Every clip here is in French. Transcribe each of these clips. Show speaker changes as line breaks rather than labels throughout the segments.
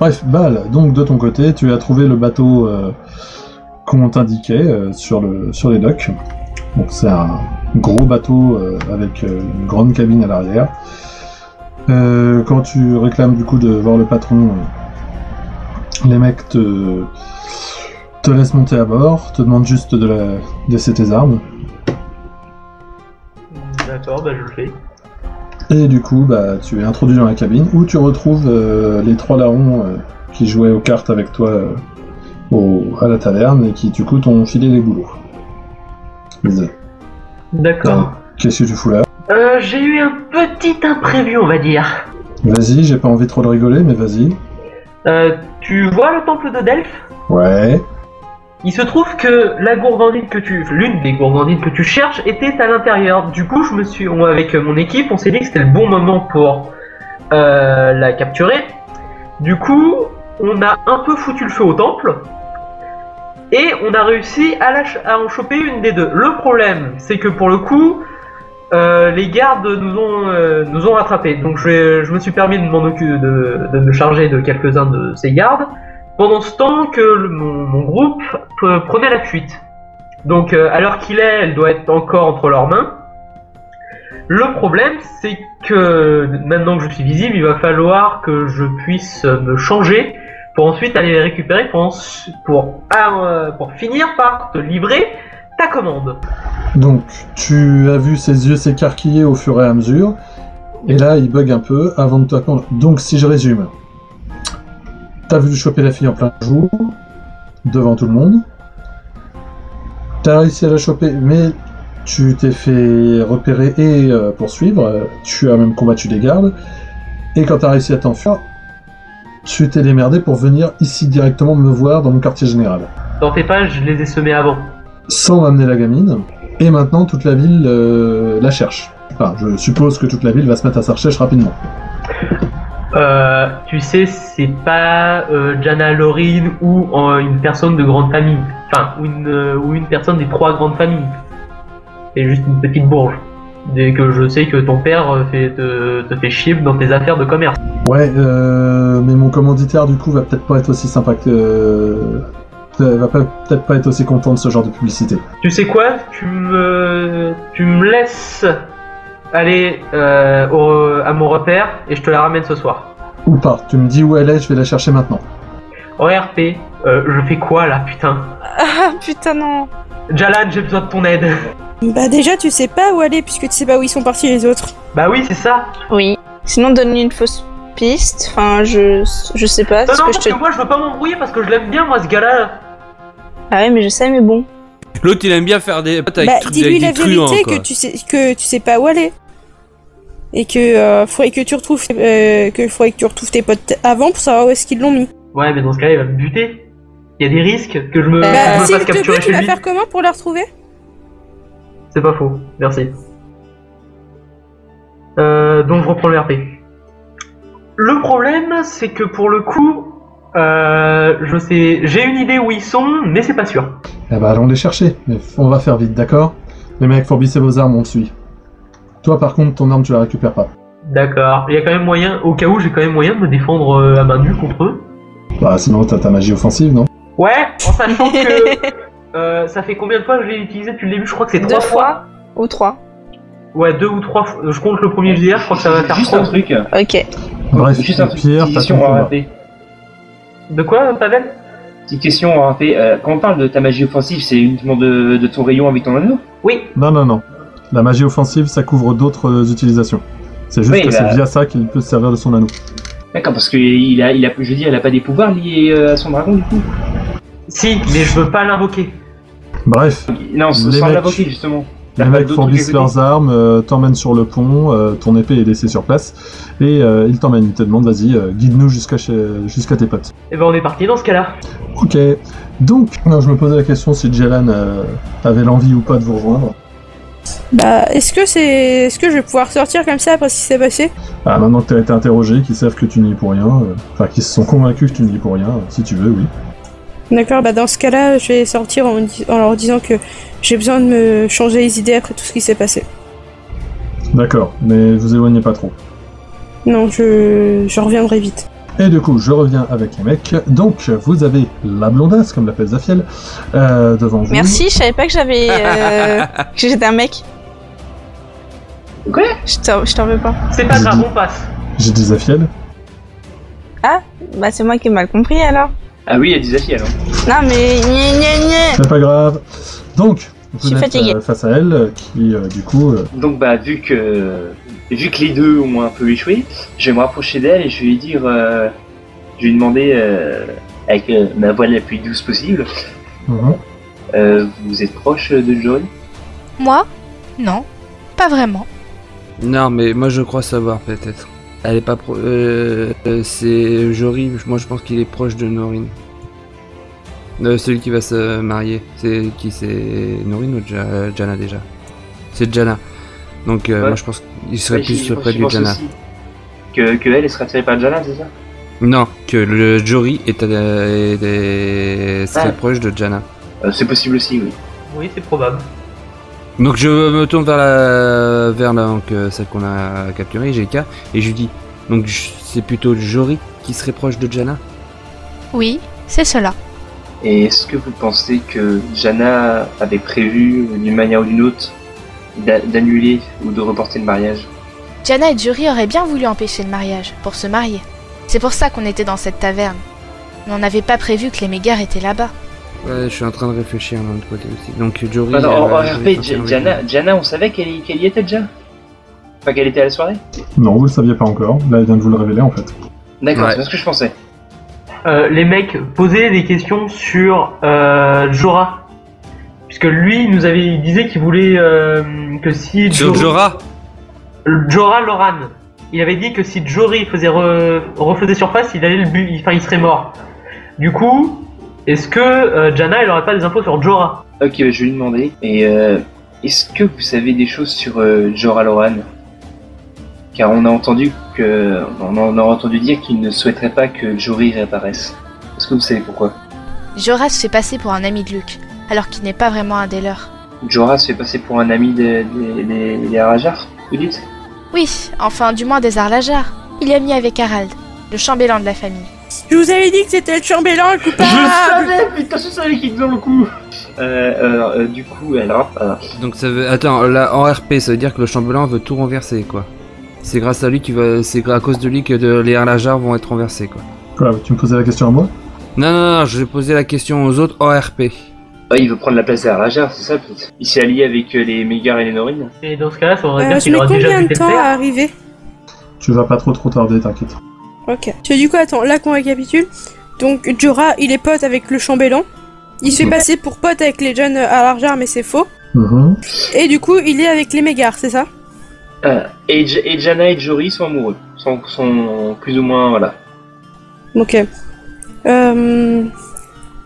Bref, Bal, donc de ton côté, tu as trouvé le bateau euh, qu'on t'indiquait euh, sur, le, sur les docks. Donc c'est un gros bateau euh, avec euh, une grande cabine à l'arrière. Euh, quand tu réclames du coup de voir le patron, euh, les mecs te, te laissent monter à bord, te demandent juste de la- laisser tes armes.
D'accord, bah je le fais.
Et du coup, bah, tu es introduit dans la cabine où tu retrouves euh, les trois larrons euh, qui jouaient aux cartes avec toi euh, au- à la taverne et qui, du coup, t'ont filé les boulots. Ils disaient,
D'accord.
Qu'est-ce que tu fous là
Euh, j'ai eu un petit imprévu, on va dire.
Vas-y, j'ai pas envie trop de rigoler, mais vas-y.
Euh, tu vois le temple de Delphes
Ouais.
Il se trouve que la gourgandine que tu. L'une des gourgandines que tu cherches était à l'intérieur. Du coup, je me suis. on- avec euh, mon équipe, on s'est dit que c'était le bon moment pour euh, la capturer. Du coup, on a un peu foutu le feu au temple. Et on a réussi à, la ch- à en choper une des deux. Le problème, c'est que pour le coup, euh, les gardes nous ont, euh, nous ont rattrapés. Donc je, vais- je me suis permis de, m'en occu- de, de me charger de quelques-uns de ces gardes. Pendant ce temps que le- mon, mon groupe euh, prenait la fuite. Donc euh, à l'heure qu'il est, elle doit être encore entre leurs mains. Le problème, c'est que maintenant que je suis visible, il va falloir que je puisse me changer pour ensuite aller les récupérer pour, ens- pour, ah, euh, pour finir par te livrer ta commande.
Donc, tu as vu ses yeux s'écarquiller au fur et à mesure, et là, il bug un peu avant de te répondre. Donc, si je résume, t'as voulu choper la fille en plein jour, devant tout le monde. T'as réussi à la choper, mais tu t'es fait repérer et euh, poursuivre. Euh, Tu as même combattu des gardes. Et quand t'as réussi à t'enfuir, tu t'es démerdé pour venir ici directement me voir dans mon quartier général
Dans tes pages, je les ai semés avant.
sans m'amener la gamine, et maintenant toute la ville euh, la cherche. Enfin, je suppose que toute la ville va se mettre à sa recherche rapidement.
Euh, tu sais, c'est pas euh, Jana Lorin ou euh, une personne de grande famille. Enfin, ou une, euh, ou une personne des trois grandes familles. C'est juste une petite bourge. Dès que je sais que ton père euh, fait, te, te fait chier dans tes affaires de commerce.
Ouais, euh, mais mon commanditaire du coup va peut-être pas être aussi sympa que. euh, va pas- peut-être pas être aussi content de ce genre de publicité.
Tu sais quoi Tu me, tu me laisses aller euh, au- à mon repère et je te la ramène ce soir.
Ou pas, tu me dis où elle est, je vais la chercher maintenant.
En RP, Oh, euh, je fais quoi là, putain
Ah putain non.
Jalan, j'ai besoin de ton aide.
Bah déjà tu sais pas où aller puisque tu sais pas où ils sont partis les autres.
Bah oui, c'est ça.
Oui. Sinon, donne-lui une fausse piste. Enfin, je, je sais pas.
Non,
ce
non,
que je
parce
te...
que moi je veux pas m'embrouiller parce que je l'aime bien, moi, ce gars-là.
Ah ouais, mais je sais, mais bon.
L'autre, il aime bien faire des pattes avec,
bah
tru- avec
dis-lui la
des truands,
vérité
quoi.
que tu sais que tu sais pas où aller. Et que euh, faudrait que tu retrouves euh, que faudrait que tu retrouves tes potes avant pour savoir où est-ce qu'ils l'ont mis.
Ouais, mais dans ce cas-là, il va me buter. Il y a des risques que je me,
Bah,
je me
bah, si
fasse
te
capturer
but, tu
chez
vas
lui.
faire comment pour la retrouver
C'est pas faux, merci. Euh, donc je reprends le RP. Le problème, c'est que pour le coup, euh, je sais, j'ai une idée où ils sont, mais c'est pas sûr.
Eh bah allons les chercher, mais on va faire vite, d'accord Les mecs, fourbissez vos armes, on te suit. Toi par contre, ton arme, tu la récupères pas.
D'accord. Il y a quand même moyen, au cas où, j'ai quand même moyen de me défendre euh, à main nue contre eux.
Bah sinon, t'as ta magie offensive, non
Ouais, en sachant que euh, ça fait combien de fois que je l'ai utilisé depuis le début Je crois que c'est
Deux
trois fois.
fois ou trois.
Ouais, deux ou trois. fois. Je compte le premier JDR, je crois que ça va faire
Juste
trois.
un truc.
Ok.
Bref,
Juste un truc.
Pierre,
petite
t'as ton
question à
combat.
rappeler.
De quoi, Pavel
Petite question à rappeler. Euh, quand on parle de ta magie offensive, c'est uniquement de, de ton rayon avec ton anneau
Oui,
Non, non, non. La magie offensive, ça couvre d'autres euh, utilisations. C'est juste
Oui,
que
bah-
c'est via ça qu'il peut se servir de son anneau.
D'accord, parce que il a, il a, je veux dire, elle a pas des pouvoirs liés euh, à son dragon du coup.
Si, mais je veux pas l'invoquer.
Bref,
Non,
Les
sans
mecs.
l'invoquer justement. T'as
les
pas
mecs
d'autres
fourbissent
trucs à côté
leurs armes, euh, t'emmènent sur le pont, euh, ton épée est laissée sur place, et euh, ils t'emmènent, ils te demandent, vas-y, euh, guide-nous jusqu'à chez- jusqu'à tes potes.
Et ben on est parti dans ce cas-là.
Ok, donc, alors, je me posais la question si Jalan euh, avait l'envie ou pas de vous rejoindre.
Bah est-ce que c'est est-ce que je vais pouvoir sortir comme ça après ce qui s'est passé
Ah, maintenant que t'as été interrogé, qu'ils savent que tu n'y es pour rien, euh, enfin, qu'ils se sont convaincus que tu n'y es pour rien, euh, si tu veux, oui.
D'accord, bah dans ce cas-là, je vais sortir en, dis- en leur disant que j'ai besoin de me changer les idées après tout ce qui s'est passé.
D'accord, mais vous éloignez pas trop.
Non, je, je reviendrai vite.
Et du coup, je reviens avec les mecs. Donc, vous avez la blondasse, comme l'appelle Zafiel, euh, devant vous.
Merci, je savais pas que j'avais. euh, que j'étais un mec.
Quoi
Je t'en je t'en veux pas.
C'est pas grave, on passe.
J'ai dit Zafiel.
Bah, c'est moi qui ai mal compris alors.
Ah oui, il y a des affiches alors.
Non, mais. gna, gna, gna.
C'est pas grave. Donc,
Je
vous
suis
êtes
fatiguée.
euh, face à elle, euh, qui, euh, du coup, euh,
Donc bah vu que vu que les deux ont un peu échoué, je vais me rapprocher d'elle et je vais lui dire, euh, je vais lui demander euh, avec euh, ma voix la plus douce possible,
mhm.
euh, vous êtes proche de Jory
Moi Non, pas vraiment.
Non, mais moi je crois savoir peut-être. Elle est pas pro. Euh, euh, c'est Jory. Moi je pense qu'il est proche de Norine. Euh, celui qui va se marier. C'est qui c'est Norine ou Ja- euh, Jana déjà C'est Jana. Donc euh,
Ouais.
moi je pense qu'il serait
Ouais,
plus
je- je
près du
pense
Jana.
aussi Que, que elle, elle serait attirée par Jana, c'est ça
Non, que le Jory est, euh, est- serait
Ah.
proche de Jana.
Euh, C'est possible aussi, oui.
Oui, c'est probable.
Donc je me tourne vers la vers la, donc, euh, celle qu'on a capturée, JK, et je lui dis donc je- c'est plutôt Jory qui serait proche de Jana.
Oui, c'est cela.
Et est-ce que vous pensez que Jana avait prévu d'une manière ou d'une autre d'a- d'annuler ou de reporter le mariage
Jana et Jury auraient bien voulu empêcher le mariage, pour se marier. C'est pour ça qu'on était dans cette taverne. Mais on n'avait pas prévu que les mégars étaient là-bas.
Ouais, je suis en train de réfléchir d'un autre côté aussi. Donc Jory.
Non, non,
elle
Bah, en, en
va-
RP,
elle va sortir
Ja-
avec
Jana, Jana, on savait qu'elle y- qu'elle y était déjà Enfin, qu'elle était à la soirée
Non, vous le saviez pas encore. Là, elle vient de vous le révéler, en fait.
D'accord,
Ouais.
c'est ce que je pensais.
Euh, les mecs, posez des questions sur euh, Jorah. Puisque lui, il nous avait il disait qu'il voulait euh, que si
elle. Sur
Jo-
Jorah.
Jorah Loran, il avait dit que si Jory faisait re- refaisait surface, il allait le but, il, enfin, il serait mort. Du coup, est-ce que euh, Jana, elle aurait pas des infos sur Jorah
Ok, je vais lui demander. Et euh, est-ce que vous savez des choses sur euh, Jorah Loran Car on a entendu que, on en a entendu dire qu'il ne souhaiterait pas que Jory réapparaisse. Est-ce que vous savez pourquoi
Jorah se fait passer pour un ami de Luc, alors qu'il n'est pas vraiment un des leurs.
Jorah se fait passer pour un ami des des des- des Harajar, vous dites
Oui, enfin du moins des Arlajars. Il est ami avec Harald, le chambellan de la famille.
Je vous avais dit que c'était le chambellan, le coupable.
Ah, putain, je savais qu'il faisait le coup. Euh, alors, euh, du coup, alors, euh,
Donc ça veut attends là en RP ça veut dire que le chambellan veut tout renverser quoi. C'est grâce à lui qui va c'est à cause de lui que de- les Harlajar vont être renversés quoi.
Voilà, tu me posais la question à moi
Non non non, je vais poser la question aux autres en RP.
ouais, il veut prendre la place des Harajar, c'est ça le truc. Il s'est allié avec euh, les Mégars et les Norines.
Et dans ce cas-là, ça voudrait
Euh,
dire
je
qu'il
mets
aurait déjà
combien
pu
de
le
temps à
faire.
arriver
Tu vas pas trop trop tarder, t'inquiète.
Ok. Parce que du coup, attends, là qu'on récapitule. Donc, Jorah, il est pote avec le chambellan. Il se fait
Mhm.
passer pour pote avec les jeunes euh, à l'argent, mais c'est faux.
Mhm.
Et du coup, il est avec les mégars, c'est ça
Et, J- et Jana et Jory sont amoureux, sont, sont plus ou moins voilà.
Ok. Euh...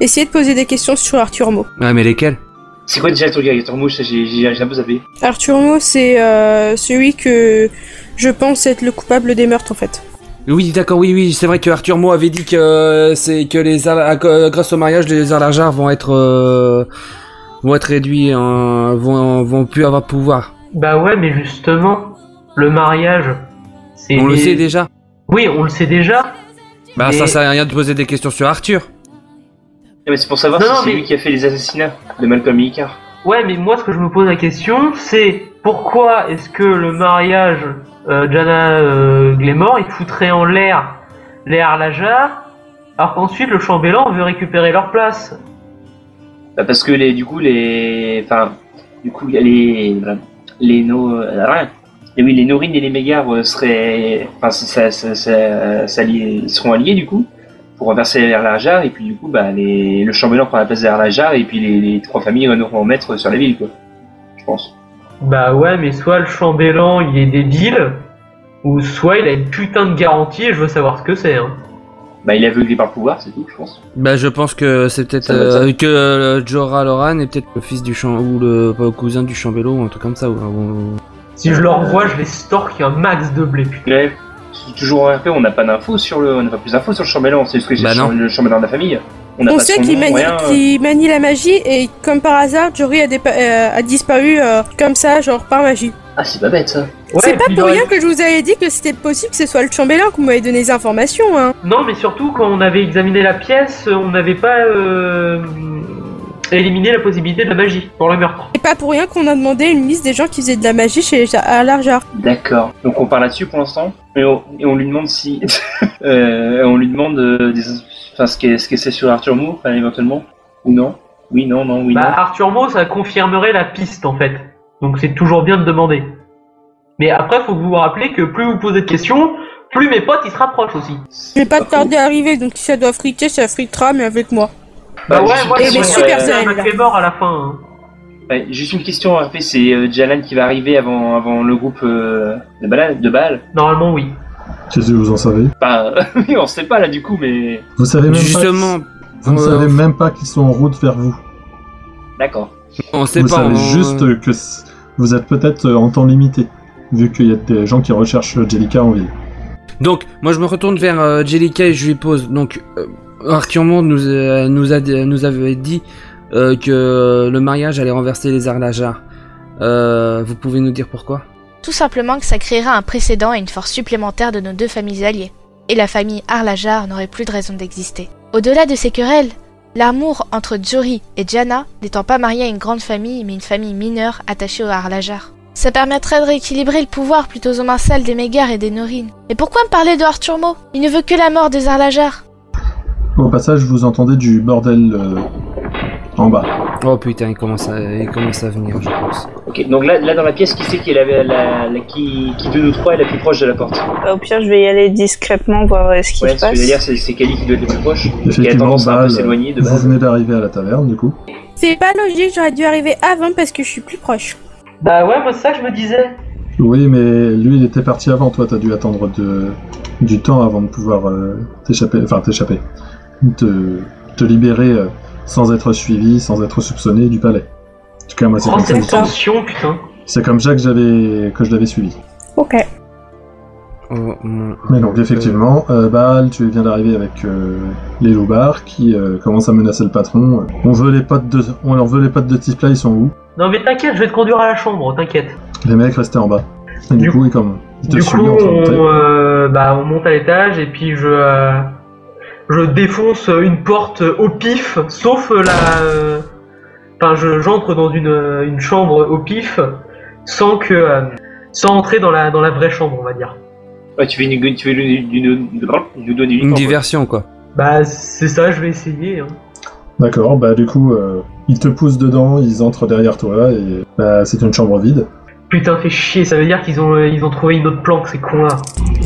Essayez de poser des questions sur Arthur Mo.
Ouais mais lesquels
C'est quoi déjà le truc avec Tormouche J'ai j'ai- j'ai un peu zappé.
Arthur Mo, c'est euh, celui que je pense être le coupable des meurtres, en fait.
Oui, d'accord, oui, oui, c'est vrai que Arthur Mo avait dit que euh, c'est que les Al- à co- euh, grâce au mariage les Arlajars vont être euh, vont être réduits, en- vont vont plus avoir de pouvoir.
Bah ouais, mais justement, le mariage, c'est.
On le sait déjà.
Oui, on le sait déjà.
Bah
Mais-
ça sert à rien de poser des questions sur Arthur.
Non, mais c'est pour savoir
Non,
si
non,
c'est
mais-
lui qui a fait les assassinats de Malcolm et Icar.
Ouais, mais moi, ce que je me pose la question, c'est pourquoi est-ce que le mariage euh, Jana euh, Glémor, il foutrait en l'air les Harlajar, alors qu'ensuite le chambellan veut récupérer leur place
Bah parce que les, du coup les, enfin, du coup les, voilà, les no, euh, rien. Et oui, les Norines et les Mégars euh, seraient, enfin, ça, ça, ça, ça, ça lié- ils seront alliés du coup pour renverser les Erlajar et puis du coup bah les, le chambellan prend la place des Erlajar et puis les, les trois familles renoueront en maître sur la ville quoi. Je pense.
Bah ouais, mais soit le chambellan, il est débile, ou soit il a une putain de garantie et je veux savoir ce que c'est. Hein.
Bah il est aveuglé par le pouvoir, c'est tout, je pense.
Bah je pense que c'est peut-être
Ça doit être ça.
euh, que euh, Jorah Loran est peut-être le fils du champ ou le pas, le cousin du chambello ou un truc comme ça. ou- ou-
Si
Euh,
je le revois, je les stalk un max de blé. putain.
Ouais, c'est toujours en RP, on n'a pas d'infos sur le, on n'a pas plus d'infos sur le chambellan, c'est juste que j'ai
Bah non.
le chambellan de la famille. n'a
On
pas
sait
son
qu'il
nom,
manie,
rien, euh.
qu'il manie la magie et comme par hasard, Jory a, dépa- euh, a disparu euh, comme ça, genre par magie.
Ah, c'est pas bête ça.
Ouais,
c'est
et
pas
puis
pour
j'aurais-
rien que je vous avais dit que c'était possible que ce soit le chambellan qui m'avait donné les informations. Hein.
Non, mais surtout, quand on avait examiné la pièce, on n'avait pas euh, éliminé la possibilité de la magie pour le meurtre.
Et pas pour rien qu'on a demandé une liste des gens qui faisaient de la magie chez à Larjar.
D'accord. Donc on parle là-dessus pour l'instant et on, et on lui demande si, euh, on lui demande euh, des, enfin ce qu'est ce que c'est sur Arthur Moore enfin, éventuellement ou non. Oui non non oui
Bah, Arthur Moore, ça confirmerait la piste, en fait. Donc c'est toujours bien de demander. Mais après, faut que vous vous rappelez que plus vous posez de questions, plus mes potes, ils se rapprochent aussi.
Je vais pas
Par contre-
tarder à arriver, donc si ça doit friter, ça fritera, mais avec moi.
non.
Bah,
Bah,
ouais,
juste
moi,
une
il est
je
question,
super
euh,
zen.
un fait mort à la fin. hein.
ouais, juste une question en fait, c'est euh, Jalan qui va arriver avant avant le groupe euh, de balade de balle.
Normalement, oui.
Qu'est-ce que vous en savez
Bah oui, on sait pas là du coup mais
Vous savez même
Justement,
pas. Vous ne
euh,
savez même pas qu'ils sont en route vers vous.
d'accord.
on sait
vous
pas.
savez
on-
juste que c- vous êtes peut-être euh, en temps limité, vu qu'il y a des gens qui recherchent Jellica en ville.
Donc, moi je me retourne vers euh, Jellica et je lui pose. Donc, euh, Arthur Monde nous, euh, nous, a, nous avait dit euh, que le mariage allait renverser les Arlajar. Euh, vous pouvez nous dire pourquoi
Tout simplement que ça créera un précédent et une force supplémentaire de nos deux familles alliées. Et la famille Arlajar n'aurait plus de raison d'exister. Au-delà de ces querelles, l'amour entre Jory et Jana n'étant pas marié à une grande famille mais une famille mineure attachée aux Arlajar. Ça permettrait de rééquilibrer le pouvoir plutôt aux mains sales des Mégars et des Norines. Et pourquoi me parler de Arturmo Il ne veut que la mort des Arlajar.
Au passage, vous entendez du bordel euh, en bas.
Oh putain, il commence, à, il commence à venir, je pense.
Ok donc là là dans la pièce qui c'est qui est la, la, la- qui qui de nous trois est la plus proche de la porte.
Bah, au pire, je vais y aller discrètement voir euh, ce qui
Ouais
se
ce que je
passe.
veux dire c'est c'est Cali qui doit être le plus proche qui a
Effectivement,
tendance à un peu
Baal,
s'éloigner de
vous
base.
venez d'arriver à la taverne, du coup.
C'est pas logique, j'aurais dû arriver avant parce que je suis plus proche.
Bah ouais, moi, c'est ça que je me disais.
Oui, mais lui, il était parti avant. Toi, t'as dû attendre de... du temps avant de pouvoir euh, t'échapper, enfin t'échapper, te, te libérer euh, sans être suivi, sans être soupçonné du palais. En tout cas, moi, c'est
Oh,
comme ça.
cette
que-
tension, putain.
C'est comme ça que j'avais que je l'avais suivi.
Ok.
Oh, mon-
Mais donc effectivement, euh, Baal, tu viens d'arriver avec euh, les loupards qui euh, commencent à menacer le patron. On veut les potes de, on leur veut les potes de Tipla, ils sont où
Non, mais t'inquiète, je vais te conduire à la chambre, t'inquiète.
Les mecs restaient en bas. Et du,
Du-
coup, ils comme, ils te
Du coup,
suivent en train de
on,
monter.
euh, bah, on monte à l'étage et puis je, euh, je défonce une porte au pif, sauf la. euh, Enfin, je- j'entre dans une, euh, une chambre au pif sans que. euh, sans entrer dans la, dans la vraie chambre, on va dire.
Ouais tu veux une tu veux une- une- une- nous donner du
Une
temps, quoi.
diversion, quoi.
Bah, c'est ça, je vais essayer. hein.
D'accord, bah du coup, euh, ils te poussent dedans, ils entrent derrière toi et bah, c'est une chambre vide.
Putain, fait chier, ça veut dire qu'ils ont, euh, ils ont trouvé une autre planque, ces cons-là.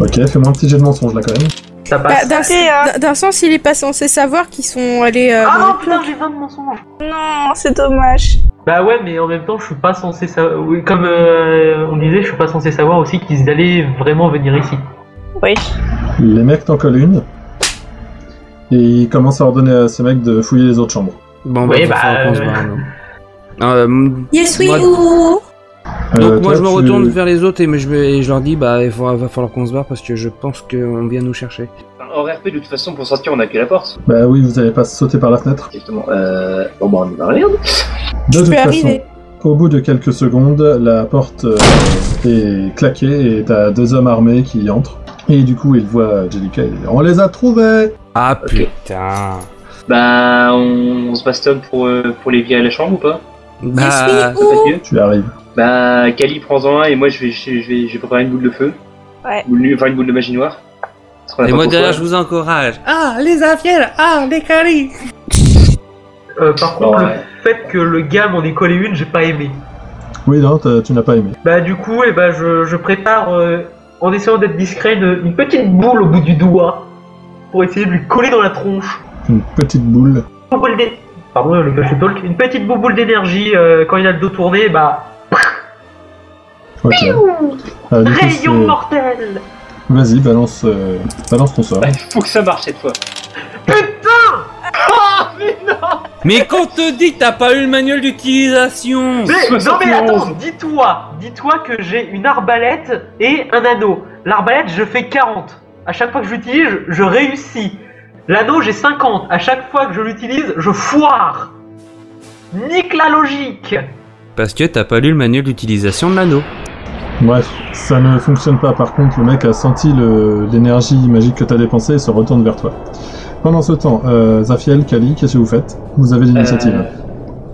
Ok, fais-moi un petit jet de mensonge là quand même.
Ça
Bah,
passe.
d'un,
Ok,
euh,
hein.
d'un- d'un sens, il est pas censé savoir qu'ils sont allés. euh,
ah
dans-
non, putain, j'ai 20 de mensonges.
Non, c'est dommage.
Bah ouais, mais en même temps, je suis pas censé savoir. oui, Comme euh, on disait, je suis pas censé savoir aussi qu'ils allaient vraiment venir ici.
Oui.
Les mecs t'en collent une et ils commencent à ordonner à ces mecs de fouiller les autres chambres.
Bon,
Oui,
faut
bah,
faire qu'on se
euh,
barre, non. Euh, m-
Yes, we
Moi-
do.
donc moi
Euh, toi,
je me
tu-
retourne vers les autres et, me- je, me- et je leur dis bah il va, va falloir qu'on se barre parce que je pense qu'on vient nous chercher.
Enfin, Hors RP de toute façon pour sortir on a que la porte.
Bah oui, vous allez pas sauter par la fenêtre.
Exactement. Euh... Bon, bah, on y va, regarde.
De
Je
toute
peux
façon,
arriver.
au bout de quelques secondes, la porte euh, est claquée et t'as deux hommes armés qui y entrent. Et du coup, ils voient euh, Jellica et ils disent, On les a trouvés
Ah
Ok.
putain.
Bah, on, on se bastonne pour, euh, pour les virer à la chambre ou pas
Bah,
Ça passe mieux
Tu arrives.
Bah, Kali, prends-en un et moi je vais, je, je vais, je vais préparer une boule de feu.
Ouais.
Boule, nu- enfin, une boule de magie noire. Parce qu'on a
et
pas
moi
beaucoup
derrière
de
je
choix.
vous encourage.
Ah, les affaires Ah, les caries
Euh, par
Bon,
contre,
Bah, ouais.
le fait que le gars m'en ait collé une, j'ai pas aimé.
Oui, non, t'as- tu n'as pas aimé.
Bah du coup, eh ben, je, je prépare, euh, en essayant d'être discret, de- une petite boule au bout du doigt pour essayer de lui coller dans la tronche.
Une petite boule.
Boule d'é- Pardon, le gars, je talk. Une petite boule d'énergie euh, quand il a le dos tourné, bah
Ok. Euh, du coup,
rayon
c'est-
mortel.
Vas-y, balance, euh, balance ton sort.
Bah, faut que ça marche cette fois.
Mais quand te dit que t'as pas eu le manuel d'utilisation
Mais, non mais
71.
attends, dis-toi, dis-toi que j'ai une arbalète et un anneau. L'arbalète, je fais 40. À chaque fois que j'utilise, je réussis. L'anneau, j'ai 50. À chaque fois que je l'utilise, je foire. Nique la logique.
Parce que t'as pas lu le manuel d'utilisation de l'anneau.
Bref, ça ne fonctionne pas. Par contre, le mec a senti le- l'énergie magique que t'as dépensée et se retourne vers toi. Pendant ce temps, euh, Zafiel, Kali, qu'est-ce que vous faites Vous avez l'initiative.
Euh,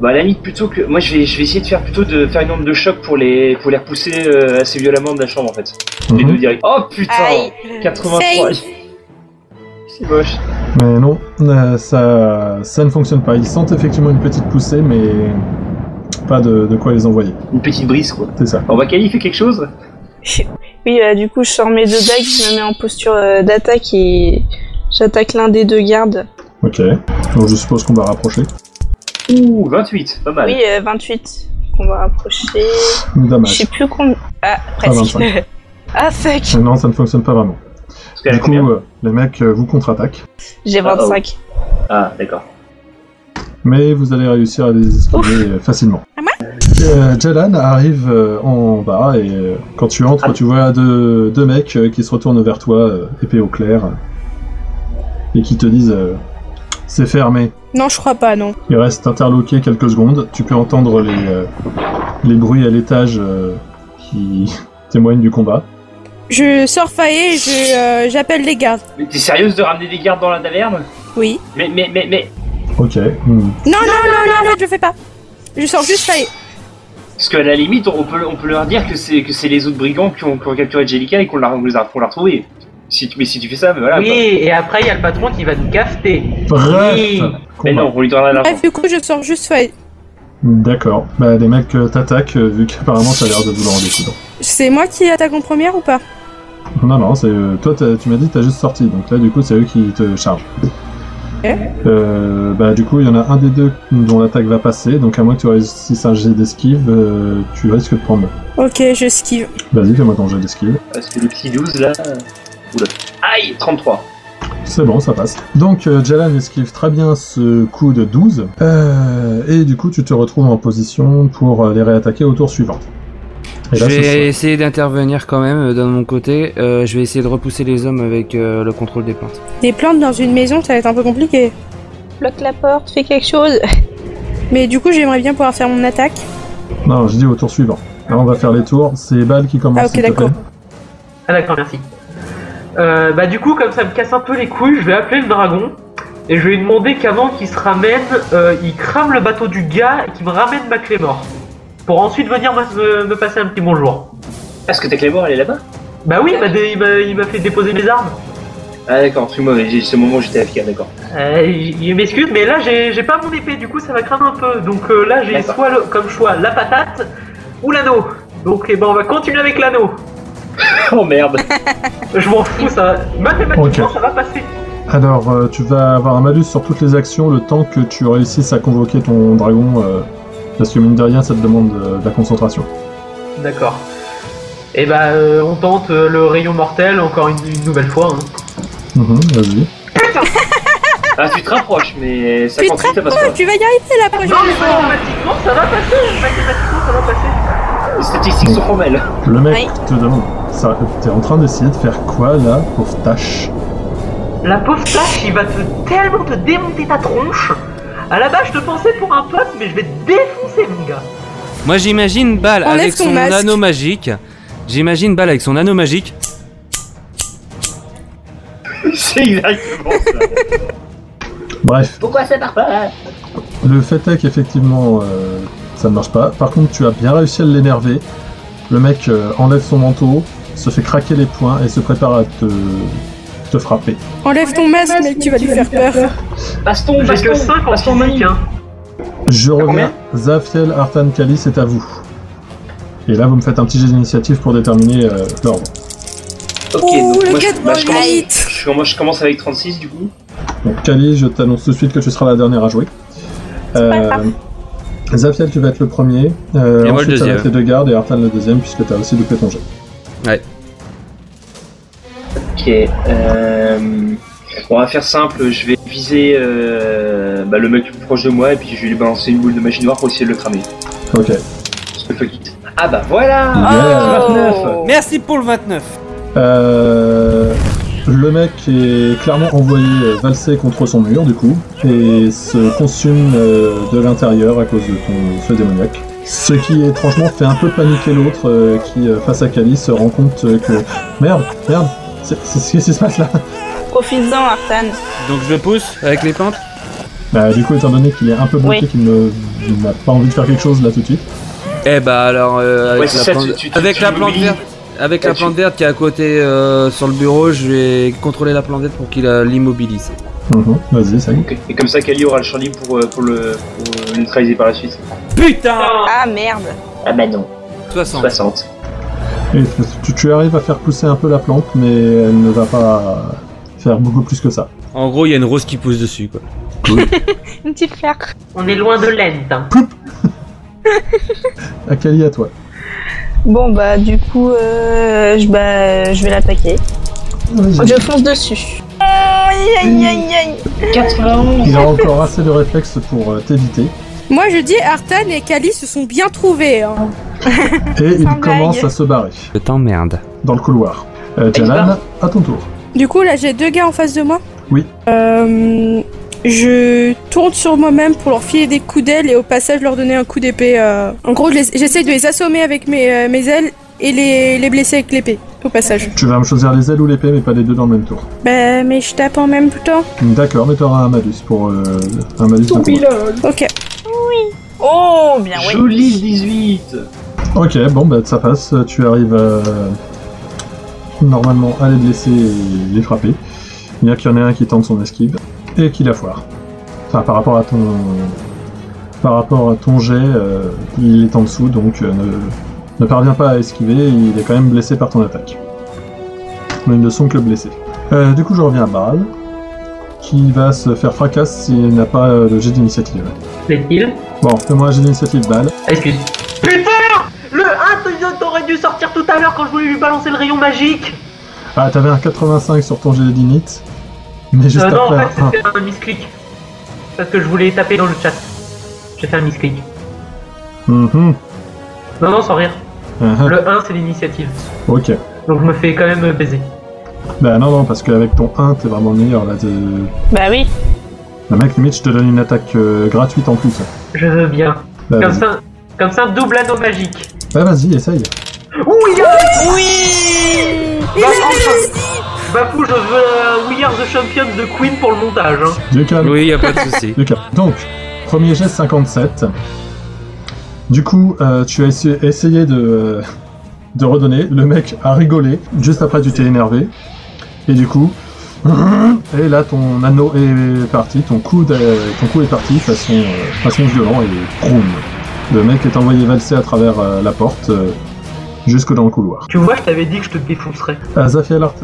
bah, à la limite, plutôt que. Moi, je vais, je vais essayer de faire plutôt de faire une onde de choc pour les, pour les repousser euh, assez violemment de la chambre, en fait. Les
Mhm.
deux direct. Oh putain
Aïe.
83 C'est moche.
Mais non, euh, ça, ça ne fonctionne pas. Ils sentent effectivement une petite poussée, mais pas de, de quoi les envoyer.
Une petite brise, quoi.
C'est ça.
On va Kali fait quelque chose
Oui, euh, du coup, je sors mes deux dagues, je me mets en posture euh, d'attaque et j'attaque l'un des deux gardes.
Ok. Donc je suppose qu'on va rapprocher.
Ouh, 28, pas mal.
Oui, euh, 28 qu'on va rapprocher. Je
Dommage.
sais plus combien. Ah,
Pas
presque.
25.
Ah, fuck
Mais non, ça ne fonctionne pas vraiment.
Parce qu'elle a
Du coup,
combien
euh, les mecs euh, vous contre-attaquent,
J'ai
Ah,
25.
euh,
Ah, d'accord.
mais vous allez réussir à les esquiver euh, facilement.
Ah moi
Euh, Jalan arrive euh, en bas et euh, quand tu entres,
Ah.
tu vois deux, deux mecs euh, qui se retournent vers toi, euh, épée au clair, euh, et qui te disent euh, C'est fermé.
Non, je crois pas, non.
Il reste interloqué quelques secondes. Tu peux entendre les, euh, les bruits à l'étage euh, qui témoignent du combat.
Je sors Faé et je, euh, j'appelle les gardes.
Mais t'es sérieuse de ramener des gardes dans la taverne
Oui.
Mais, mais, mais, mais.
Ok. hmm.
Non, non, non, non, non, je le fais pas. Je sors juste Faé.
Parce qu'à la limite, on peut, on peut leur dire que c'est, que c'est les autres brigands qui ont, qui ont capturé Angelica et qu'on l'a, on les a, qu'on l'a retrouvée. Si tu, mais si tu fais ça, mais voilà.
oui,
quoi.
et après, il y a le patron qui va nous cafeter.
Bref
Oui.
Mais
combat.
non, on lui donnera l'argent.
Bref, Ah, du coup, je sors juste Faé.
D'accord. Bah, les mecs euh, t'attaquent euh, vu qu'apparemment ça a l'air de vouloir en découdre.
C'est moi qui attaque en première ou pas
Non, non, c'est euh, toi, t'as- tu m'as dit que t'as juste sorti, donc là, du coup, c'est eux qui te chargent.
Eh
Euh, bah, du coup, il y en a un des deux dont l'attaque va passer, donc à moins que tu réussisses un jet d'esquive, euh, tu risques de prendre.
Ok, je squive.
Vas-y, fais-moi ton jet d'esquive.
Parce que le petit 12 là. euh, Oula. Aïe, 33.
C'est bon, ça passe. Donc, euh, Jalan esquive très bien ce coup de 12, euh, et du coup, tu te retrouves en position pour euh, les réattaquer au tour suivant. Et
Je
là, ce sera-
vais essayer d'intervenir quand même euh, de mon côté. Euh, je vais essayer de repousser les hommes avec euh, le contrôle des plantes.
Des plantes dans une maison, ça va être un peu compliqué.
Bloque la porte, fais quelque chose.
Mais du coup, j'aimerais bien pouvoir faire mon attaque.
Non, je dis au tour suivant. Là, on va faire les tours. C'est Bal qui commence.
Ah, ok,
s'il te
d'accord.
plaît.
Ah d'accord, merci. Euh, bah du coup, comme ça me casse un peu les couilles, je vais appeler le dragon et je vais lui demander qu'avant qu'il se ramène, euh, il crame le bateau du gars et qu'il me ramène ma clé mort. Pour ensuite venir me, me- me passer un petit bonjour.
Parce que ta clé mort elle est là-bas
Bah oui, il m'a dé- il m'a- il m'a fait déposer mes armes.
Ah, d'accord, excuse-moi, mais j'ai- c'est le moment où j'étais AFK, d'accord.
Euh, il il m'excuse, mais là j'ai j'ai pas mon épée, du coup ça va craindre un peu. Donc euh, là j'ai
D'accord.
soit le- comme choix la patate ou l'anneau. Donc eh ben, on va continuer avec l'anneau.
Oh merde
Je m'en fous, ça. Mathématiquement
Ok.
ça va passer.
Alors, euh, tu vas avoir un malus sur toutes les actions le temps que tu réussisses à convoquer ton dragon. euh, parce que mine de rien, ça te demande euh, de la concentration.
D'accord. Et bah euh, on tente euh, le rayon mortel encore une, une nouvelle fois. hein.
Mhm, Vas-y.
Ah, tu te rapproches, mais ça
Tu te
continue, ça passe
Oh, tu vas y arriver la
Ah, Non mais
prochaine fois.
mathématiquement ça va passer Mathématiquement ça va passer
pas. Les statistiques sont formelles.
Le mec
Oui.
te demande ça, T'es en train d'essayer de faire quoi là, pauvre tâche
La pauvre tâche il va te tellement te démonter ta tronche À la base je te pensais pour un pote mais je vais te défoncer mon gars
Moi j'imagine Bal
Enlève
avec
ton
son
masque.
anneau magique. J'imagine Bal avec son anneau magique.
c'est exactement ça.
Bref,
Pourquoi ça part pas
le fait est qu'effectivement, euh, ça ne marche pas. Par contre, tu as bien réussi à l'énerver. Le mec euh, enlève son manteau, se fait craquer les poings et se prépare à te, te frapper.
Enlève ton masque, mec, tu vas lui faire peur.
Baston,
J'ai
baston,
que 5 en
baston,
physique
manie.
hein.
Je
combien
reviens. Zafiel, Artan, Kali, c'est à vous. Et là, vous me faites un petit jet d'initiative pour déterminer euh, l'ordre.
Ok,
Oh,
donc
le
moi, je,
quatre
bah, je commence,
bolites.
je, commence- je commence avec 36 du coup.
Donc, Kali, je t'annonce tout de suite que tu seras la dernière à jouer.
pas
Euh, Zafiel, tu vas être le premier. Euh,
Et moi, le
ensuite, ça va
deuxième.
être les deux gardes et Artan le deuxième, puisque tu as aussi loupé ton jet.
Ok, euh, on va faire simple, je vais viser euh, bah, le mec le plus proche de moi et puis je vais lui balancer une boule de magie noire pour essayer de le cramer.
Ok.
Parce que fuck it. Ah bah voilà
Yeah.
Oh.
29.
Merci pour le 29.
Euh, Le mec est clairement envoyé euh, valser contre son mur, du coup, et se consume euh, de l'intérieur à cause de ton feu démoniaque. Ce qui, étrangement, fait un peu paniquer l'autre euh, qui, euh, face à Kali, se rend compte euh, que merde, merde, c'est c'est ce qui se passe là.
Profites-en, Artan.
Donc je pousse avec les pentes.
Bah, du coup, étant donné qu'il est un peu bloqué,
Oui.
qu'il ne- il n'a pas envie de faire quelque chose là tout de suite,
Eh bah alors euh, avec
Ouais, c'est
la
ça,
plante,
tu- tu- tu-
avec
tu
la plante
l'oublies.
verte, avec
Ouais,
la
tu-
plante verte qui est à côté euh, sur le bureau, je vais contrôler la plante verte pour qu'il euh, l'immobilise.
Mhm, vas-y, ça y est.
Ok. Et comme ça, Kali aura le champ libre pour, euh, pour le pour, euh, neutraliser par la suite.
Putain
Ah merde.
Ah bah non,
60.
60.
Et tu, tu arrives à faire pousser un peu la plante, mais elle ne va pas faire beaucoup plus que ça.
En gros, il y a une rose qui pousse dessus quoi.
Une petite fleur.
On est loin de l'end. hein.
Akali, à toi.
Bon bah du coup, euh, je, bah, je vais l'attaquer.
Vas-y.
Je fonce dessus. Aïe
Mmh.
aïe aïe aïe.
91
Il a encore assez de réflexes pour euh, t'éviter.
Moi je dis Artan et Kali se sont bien trouvés. hein.
Et il
blague.
commence à se barrer
Je t'emmerde.
dans le couloir. Euh,
il se
Jalan, à ton tour.
Du coup là j'ai deux gars en face de moi.
Oui.
Euh, je tourne sur moi-même pour leur filer des coups d'aile et au passage leur donner un coup d'épée. euh. En gros je les- j'essaie de les assommer avec mes, euh, mes ailes et les, les blesser avec l'épée au passage.
Tu vas me choisir les ailes ou l'épée, mais pas les deux dans le même tour.
Bah mais je tape en même temps.
D'accord, mais t'auras un malus pour euh, un malus. d'un combat.
Ok.
Oh
Ah
bien oui.
Joli 18
Ok, bon, bah ça passe. Tu arrives euh, normalement à les blesser et les frapper. Bien qu'il y en ait un qui tente son esquive et qui la foire. Enfin, par rapport à ton, par rapport à ton jet, euh, il est en dessous, donc euh, ne, ne parvient pas à esquiver. Il est quand même blessé par ton attaque. Ils ne sont que blessés. Euh, du coup, je reviens à Baral, qui va se faire fracasse s'il n'a pas euh, le jet d'initiative.
Plaît-il
Bon, fais-moi un jet d'initiative, Baal.
Ah, Excuse. Putain Le 1 t'aurais dû sortir tout à l'heure quand je voulais lui balancer le rayon magique
Ah, t'avais un 85 sur ton jet d'init, mais juste
Euh, Non, en
après hein.
fait,
un
c'était un misclick. Parce que je voulais taper dans le chat. J'ai fait un misclick.
1. Mhm,
Non, non, sans rire.
mhm,
Le 1, c'est l'initiative.
Ok.
Donc je me fais quand même baiser.
Bah non, non, parce qu'avec ton 1, t'es vraiment le meilleur là. t'es- Le
Bah oui.
mec, limite, je te donne une attaque euh, gratuite en plus.
Je veux bien.
Bah
Comme
vas-y,
ça, comme ça, double anneau magique.
Bah, vas-y, essaye.
Oui
Oui.
Bafou, je veux euh, We Are the Champions de Queen pour le montage. hein.
Du calme.
Oui, y a pas de souci.
Du calme. Donc, premier jet 57. Du coup, euh, tu as essu- essayé de, euh, de redonner. Le mec a rigolé. Juste après, tu t'es énervé. Et du coup. Et là, ton anneau est parti, ton coude, euh, ton cou est parti façon, euh, façon violent et proum. Le mec est envoyé valser à travers euh, la porte euh, jusque dans le couloir.
Tu vois, je t'avais dit que je te défoncerais.
Euh, Zafiel Art-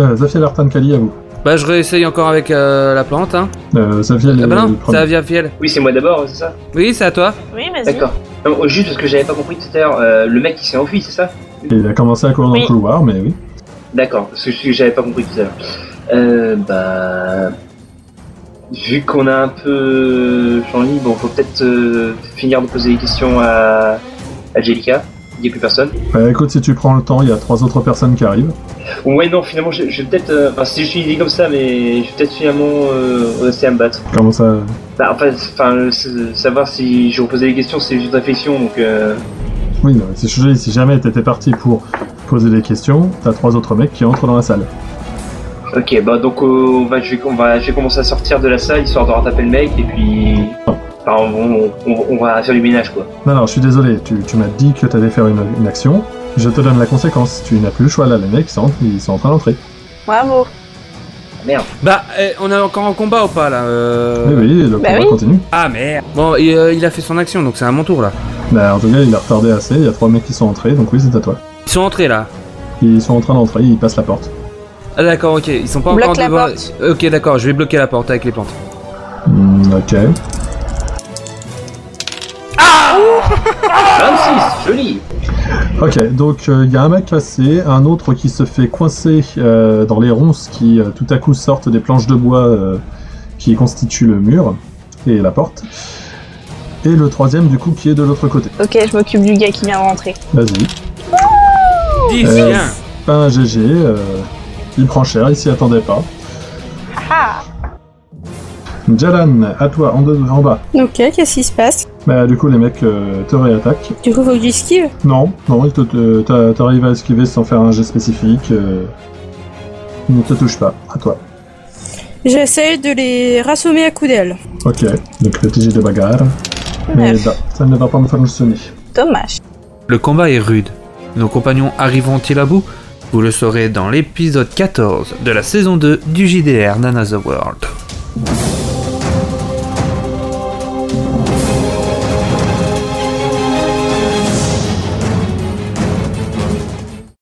euh, Zafiel Artan Kali, à vous.
Bah je réessaye encore avec euh, la plante hein.
Euh, Zafiel
Ah bah
est le
non,
premier.
ça vient fiel.
Oui, c'est moi d'abord, c'est ça
Oui, c'est à toi.
Oui vas-y.
D'accord. Non, oh, juste parce que j'avais pas compris tout à l'heure, euh, le mec il s'est enfui, c'est ça
Il a commencé à courir dans le
Oui.
couloir, mais oui.
D'accord, parce que je- j'avais pas compris tout à l'heure. Euh, bah. Vu qu'on a un peu champ libre, bon, faut peut-être euh, finir de poser des questions à à Angelica. Il n'y a plus personne.
Bah écoute, si tu prends le temps, il y a trois autres personnes qui arrivent.
Ouais, non, finalement, je, je vais peut-être. euh, Enfin, c'est juste une idée comme ça, mais je vais peut-être finalement euh, rester à me battre.
Comment ça
Bah, enfin, c'est- enfin, euh, c'est- savoir si je reposais des questions, c'est juste une réflexion, donc. Euh...
Oui, non, c'est je te dis, si jamais t'étais parti pour poser des questions, t'as trois autres mecs qui entrent dans la salle.
Ok, bah donc euh, on va, je, vais, on va, je vais commencer à sortir de la salle histoire de rattraper le mec et puis. Enfin, on, on- on va faire du ménage quoi.
Non, non, je suis désolé, tu, tu m'as dit que t'allais faire une, une action, je te donne la conséquence, tu n'as plus le choix là, les mecs sont, ils sont en train d'entrer.
Bravo.
Bah eh, on est encore en combat ou pas là euh...
Oui, Eh oui, le
bah
combat
oui.
continue.
Ah merde. Bon, et, euh, il a fait son action donc c'est à mon tour là.
Bah, en tout cas, il a retardé assez, il y a trois mecs qui sont entrés, donc oui, c'est à toi.
Ils sont entrés là.
Ils sont en train d'entrer, ils passent la porte.
Ah d'accord, OK, ils sont pas
Bloque
encore
la
devant.
porte.
OK, d'accord, je vais bloquer la porte avec les plantes.
Hmm, ok.
26, joli
Ok, donc euh, il y a un mec cassé, un autre qui se fait coincer euh, dans les ronces qui euh, tout à coup sortent des planches de bois euh, qui constituent le mur et la porte. Et le troisième du coup qui est de l'autre côté.
Ok, je m'occupe du gars qui vient de rentrer.
Vas-y.
10
Euh,
viens.
Pas un GG. euh, Il prend cher, il s'y attendait pas.
Ah
Jalan, à toi, en, deux- en bas.
Ok, qu'est-ce qui se passe
Bah, du coup, les mecs euh, te réattaquent.
Du coup, faut que j'esquive.
Non, non, ils te- te- t'a- t'arrives à esquiver sans faire un jet spécifique. euh, Ils ne te touchent pas, à toi.
J'essaie de les rassommer à coups d'aile.
Ok, donc petit jet de bagarre. Mais
Neuf.
non, ça ne va pas me faire sonner.
Dommage.
Le combat est rude. Nos compagnons arriveront-ils à bout Vous le saurez dans l'épisode 14 de la saison 2 du JDR Nana's World.